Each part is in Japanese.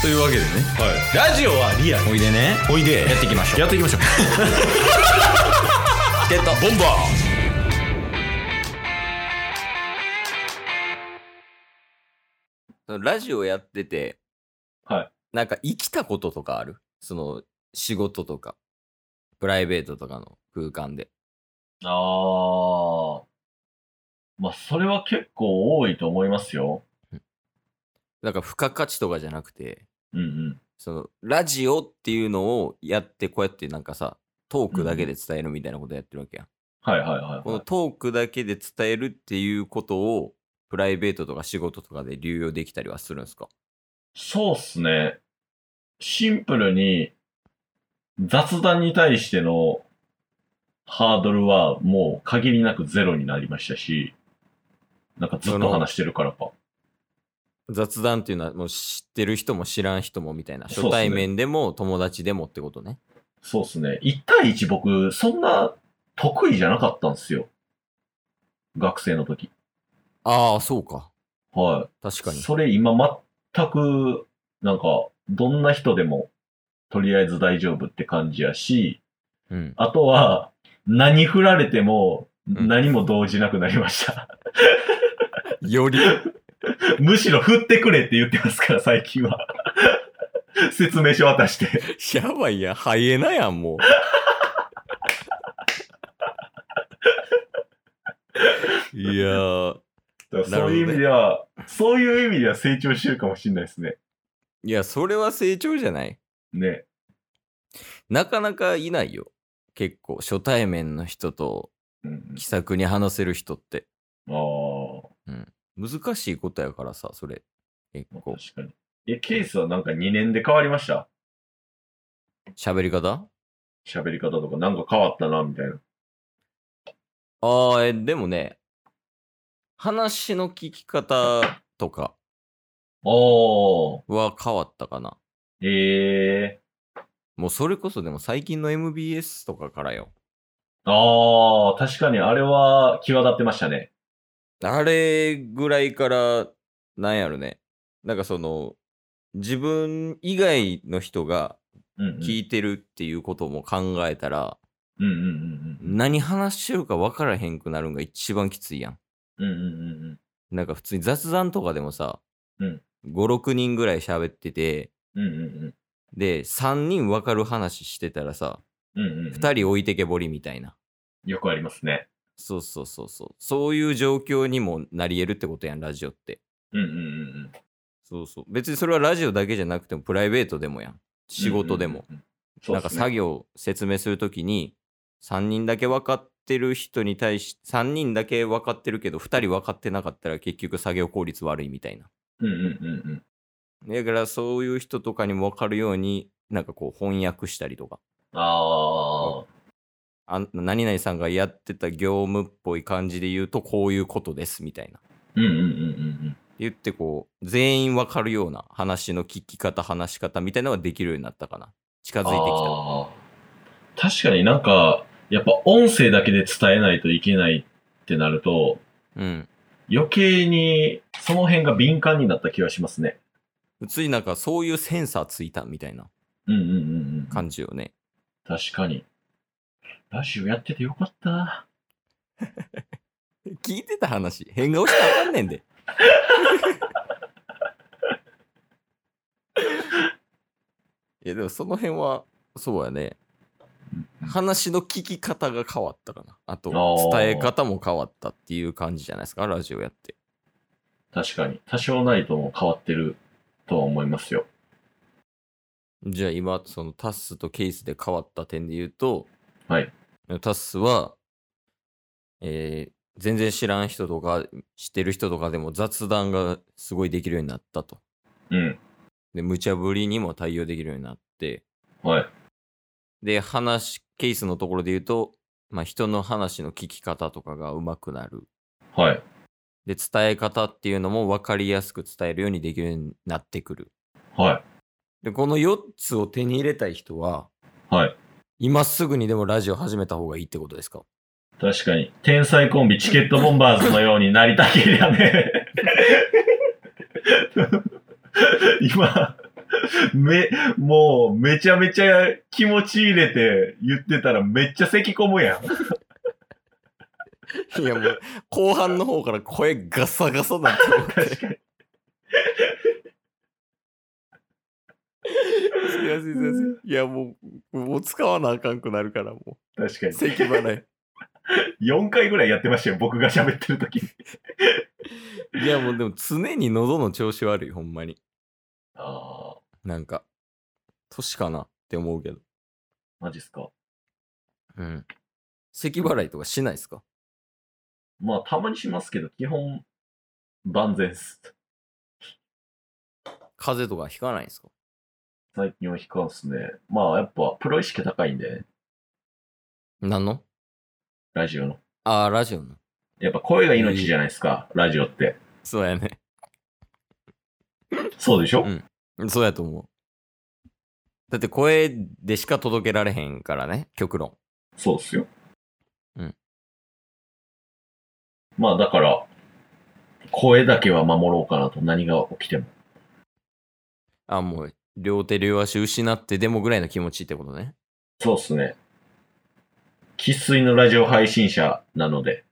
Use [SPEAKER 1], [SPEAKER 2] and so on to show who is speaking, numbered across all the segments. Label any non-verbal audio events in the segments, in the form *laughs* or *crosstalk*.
[SPEAKER 1] というわけでね
[SPEAKER 2] はい、ラジオはリアル
[SPEAKER 1] おいでね
[SPEAKER 2] おいで
[SPEAKER 1] やっていきましょう
[SPEAKER 2] やっていきましょう
[SPEAKER 1] *laughs* ゲット
[SPEAKER 2] ボンバ
[SPEAKER 1] そのラジオやってて、
[SPEAKER 2] はい。
[SPEAKER 1] なんか生きたこととかあるその仕事とか、プライベートとかの空間で。
[SPEAKER 2] ーあーまあそれは結構多いと思いますよ
[SPEAKER 1] なんか付加価値とかじゃなくて、
[SPEAKER 2] うんうん
[SPEAKER 1] そのラジオっていうのをやって、こうやってなんかさ、トークだけで伝えるみたいなことやってるわけやん。
[SPEAKER 2] はいはいはい、
[SPEAKER 1] こ
[SPEAKER 2] は
[SPEAKER 1] の
[SPEAKER 2] い、
[SPEAKER 1] トークだけで伝えるっていうことを、プライベートとか仕事とかで流用できたりはするんですか
[SPEAKER 2] そうっすねシンプルに雑談に対してのハードルはもう限りなくゼロになりましたしなんかずっと話してるからか
[SPEAKER 1] 雑談っていうのはもう知ってる人も知らん人もみたいな。
[SPEAKER 2] そうっすね
[SPEAKER 1] 初対面でも友達でもってことね。
[SPEAKER 2] そうっすね1対1僕そんな得意じゃなかったんですよ学生の時
[SPEAKER 1] ああ、そうか。
[SPEAKER 2] はい
[SPEAKER 1] 確かに。
[SPEAKER 2] それ今全く、なんか、どんな人でも、とりあえず大丈夫って感じやし、
[SPEAKER 1] うん。
[SPEAKER 2] あとは、何振られても、
[SPEAKER 1] ん
[SPEAKER 2] 何も動じなくなりました。 *laughs*
[SPEAKER 1] より。
[SPEAKER 2] むしろ振ってくれって言ってますから、最近は。 *laughs* 説明書渡して。
[SPEAKER 1] やばいやん、ハイエナやん、もう。いやー、
[SPEAKER 2] だ
[SPEAKER 1] ほどね
[SPEAKER 2] からそういう意味では、そういう意味では成長してるかもしれないですね。
[SPEAKER 1] いや、それは成長じゃない。
[SPEAKER 2] ね。
[SPEAKER 1] なかなかいないよ。結構、初対面の人と
[SPEAKER 2] うん、
[SPEAKER 1] 気さくに話せる人って。
[SPEAKER 2] ああ。
[SPEAKER 1] 難しいことやからさ、それ。結構。
[SPEAKER 2] 確かに。え、ケースはなんか2年で変わりました
[SPEAKER 1] 喋り方
[SPEAKER 2] 喋り方とか、なんか変わったな、みたいな。
[SPEAKER 1] ああ、え、でもね、話の聞き方とか
[SPEAKER 2] おー。
[SPEAKER 1] は変わったかな。
[SPEAKER 2] ええー。
[SPEAKER 1] もうそれこそでも最近の MBS とかからよ。
[SPEAKER 2] ああ、確かにあれは際立ってましたね。
[SPEAKER 1] あれぐらいから、なんやろね。なんかその、自分以外の人が
[SPEAKER 2] うん、うん。
[SPEAKER 1] 聞いてるっていうことも考えたら、
[SPEAKER 2] うんうんうん
[SPEAKER 1] 何話してるか分からへんくなるんが一番きついやん。
[SPEAKER 2] うん。うんうんうんうん。
[SPEAKER 1] なんか普通に雑談とかでもさ、
[SPEAKER 2] うん
[SPEAKER 1] 5、6人ぐらい喋ってて、
[SPEAKER 2] うんうん
[SPEAKER 1] で、3人分かる話してたらさ、
[SPEAKER 2] うん。うんうんうん。
[SPEAKER 1] 2人置いてけぼりみたいな。
[SPEAKER 2] よくありますね。
[SPEAKER 1] そうそうそうそう。そういう状況にもなり得るってことやん、ラジオって。
[SPEAKER 2] うんうんうん
[SPEAKER 1] そうそう。別にそれはラジオだけじゃなくても、プライベートでもやん。仕事でも。。
[SPEAKER 2] うんうんうんそう
[SPEAKER 1] な
[SPEAKER 2] っ
[SPEAKER 1] んか
[SPEAKER 2] すね
[SPEAKER 1] 作業、説明するときに、3人だけ分かってる人に対し、3人だけ分かってるけど、2人分かってなかったら結局作業効率悪いみたいな。
[SPEAKER 2] うんうんうん
[SPEAKER 1] だからそういう人とかにも分かるように、なんかこう翻訳したりとか。
[SPEAKER 2] うん。ああ。
[SPEAKER 1] あ何々さんがやってた業務っぽい感じで言うとこういうことですみたいな。
[SPEAKER 2] うんうんうんうん
[SPEAKER 1] 言ってこう全員わかるような話の聞き方話し方みたいなのができるようになったかな近づ
[SPEAKER 2] うん。
[SPEAKER 1] いてき
[SPEAKER 2] あー確かになんか、やっぱ音声だけで伝えないといけないってなると、
[SPEAKER 1] たうん
[SPEAKER 2] 余計にその辺が敏感になった気がしますね。
[SPEAKER 1] 普通になんかそういうセンサーついたみたいな
[SPEAKER 2] うんうんうんうん。
[SPEAKER 1] 感じよね、
[SPEAKER 2] 確かに。ラジオやっててよかったな。
[SPEAKER 1] 聞いてた話変顔したらあかんねん
[SPEAKER 2] *laughs*
[SPEAKER 1] でいやでもその辺はそうやね話の聞き方が変わったかなあと
[SPEAKER 2] あー
[SPEAKER 1] 伝え方も変わったっていう感じじゃないですかラジオやって
[SPEAKER 2] 確かに。多少なりとも変わってるとは思いますよ。
[SPEAKER 1] じゃあ今、そのタッスとケースで変わった点で言うと、
[SPEAKER 2] はい。
[SPEAKER 1] タッスは、えー全然知らん人とか、知ってる人とかでも雑談がすごいできるようになったと。
[SPEAKER 2] うん。
[SPEAKER 1] で、無茶ぶりにも対応できるようになって、
[SPEAKER 2] はい。
[SPEAKER 1] で、話、ケースのところで言うと、まあ、人の話の聞き方とかが上手くなる。
[SPEAKER 2] はい。
[SPEAKER 1] で、伝え方っていうのも分かりやすく伝えるようにできるようになってくる。
[SPEAKER 2] はい。
[SPEAKER 1] で、この4つを手に入れたい人は、
[SPEAKER 2] はい。
[SPEAKER 1] 今すぐにでもラジオ始めた方がいいってことですか
[SPEAKER 2] 確かに。天才コンビチケットボンバーズのようになりた *laughs* けりゃね。今、め、もう、めちゃめちゃ気持ち入れて言ってたらめっちゃ咳込むやん。
[SPEAKER 1] *laughs* いやもう後半の方から声ガサガサだった
[SPEAKER 2] 確かに。
[SPEAKER 1] いやすいませんいやもうもう使わなあかんくなるから *laughs* も
[SPEAKER 2] 確か
[SPEAKER 1] う咳払
[SPEAKER 2] に。4回ぐらいやってましたよ、僕が喋ってる時に。
[SPEAKER 1] いいやもうでも常に喉の調子悪いほんまに
[SPEAKER 2] ああ、
[SPEAKER 1] なんか年かなって思うけど
[SPEAKER 2] マジっすか。
[SPEAKER 1] うん咳払いとかしないですか
[SPEAKER 2] まあ、たまにしますけど、基本、万全っす。
[SPEAKER 1] 風邪とかひかないですか
[SPEAKER 2] 最近は引かんっすね。まあ、やっぱ、プロ意識高いんで、
[SPEAKER 1] 何の
[SPEAKER 2] ラジオの。
[SPEAKER 1] ああラジオの
[SPEAKER 2] やっぱ声が命じゃないですか、ラジオって。
[SPEAKER 1] そうやね
[SPEAKER 2] そうでしょ、
[SPEAKER 1] うんそうやと思うだって声でしか届けられへんからね極論
[SPEAKER 2] そうっすよ。
[SPEAKER 1] うん。
[SPEAKER 2] まあだから、声だけは守ろうかなと、何が起きても。
[SPEAKER 1] あ、もう、両手両足失ってでもぐらいの気持ちってことね。
[SPEAKER 2] そうっすね。喫水のラジオ配信者なので、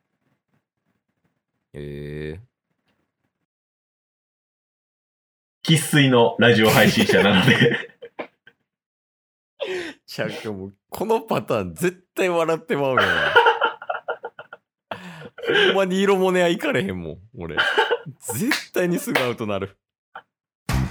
[SPEAKER 1] へえ
[SPEAKER 2] 喫水のラジオ配信者なので、
[SPEAKER 1] ちゃうかもう、このパターン絶対笑ってまうよな。ほんまに色もねはいかれへんもん、俺。絶対にすぐアウトなる。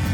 [SPEAKER 3] す